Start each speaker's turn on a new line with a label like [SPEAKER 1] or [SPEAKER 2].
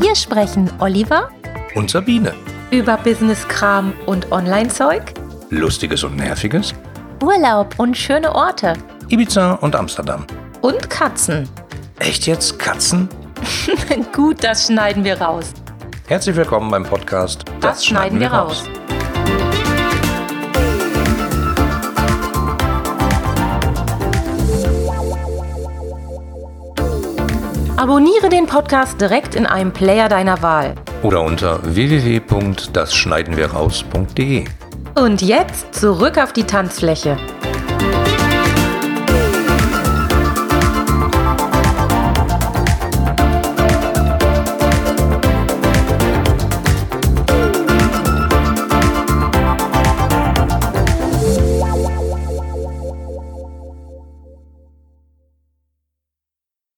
[SPEAKER 1] Hier sprechen Oliver
[SPEAKER 2] und Sabine.
[SPEAKER 1] über Business-Kram und Online-Zeug,
[SPEAKER 2] Lustiges und Nerviges,
[SPEAKER 1] Urlaub und schöne Orte
[SPEAKER 2] Ibiza und Amsterdam.
[SPEAKER 1] und Katzen.
[SPEAKER 2] Echt jetzt? Katzen?
[SPEAKER 1] Gut, das schneiden wir raus.
[SPEAKER 2] Herzlich willkommen beim Podcast
[SPEAKER 1] Das schneiden wir raus. Abonniere den Podcast direkt in einem Player deiner Wahl.
[SPEAKER 2] Oder unter www.dasschneidenwirraus.de.
[SPEAKER 1] Und jetzt zurück auf die Tanzfläche.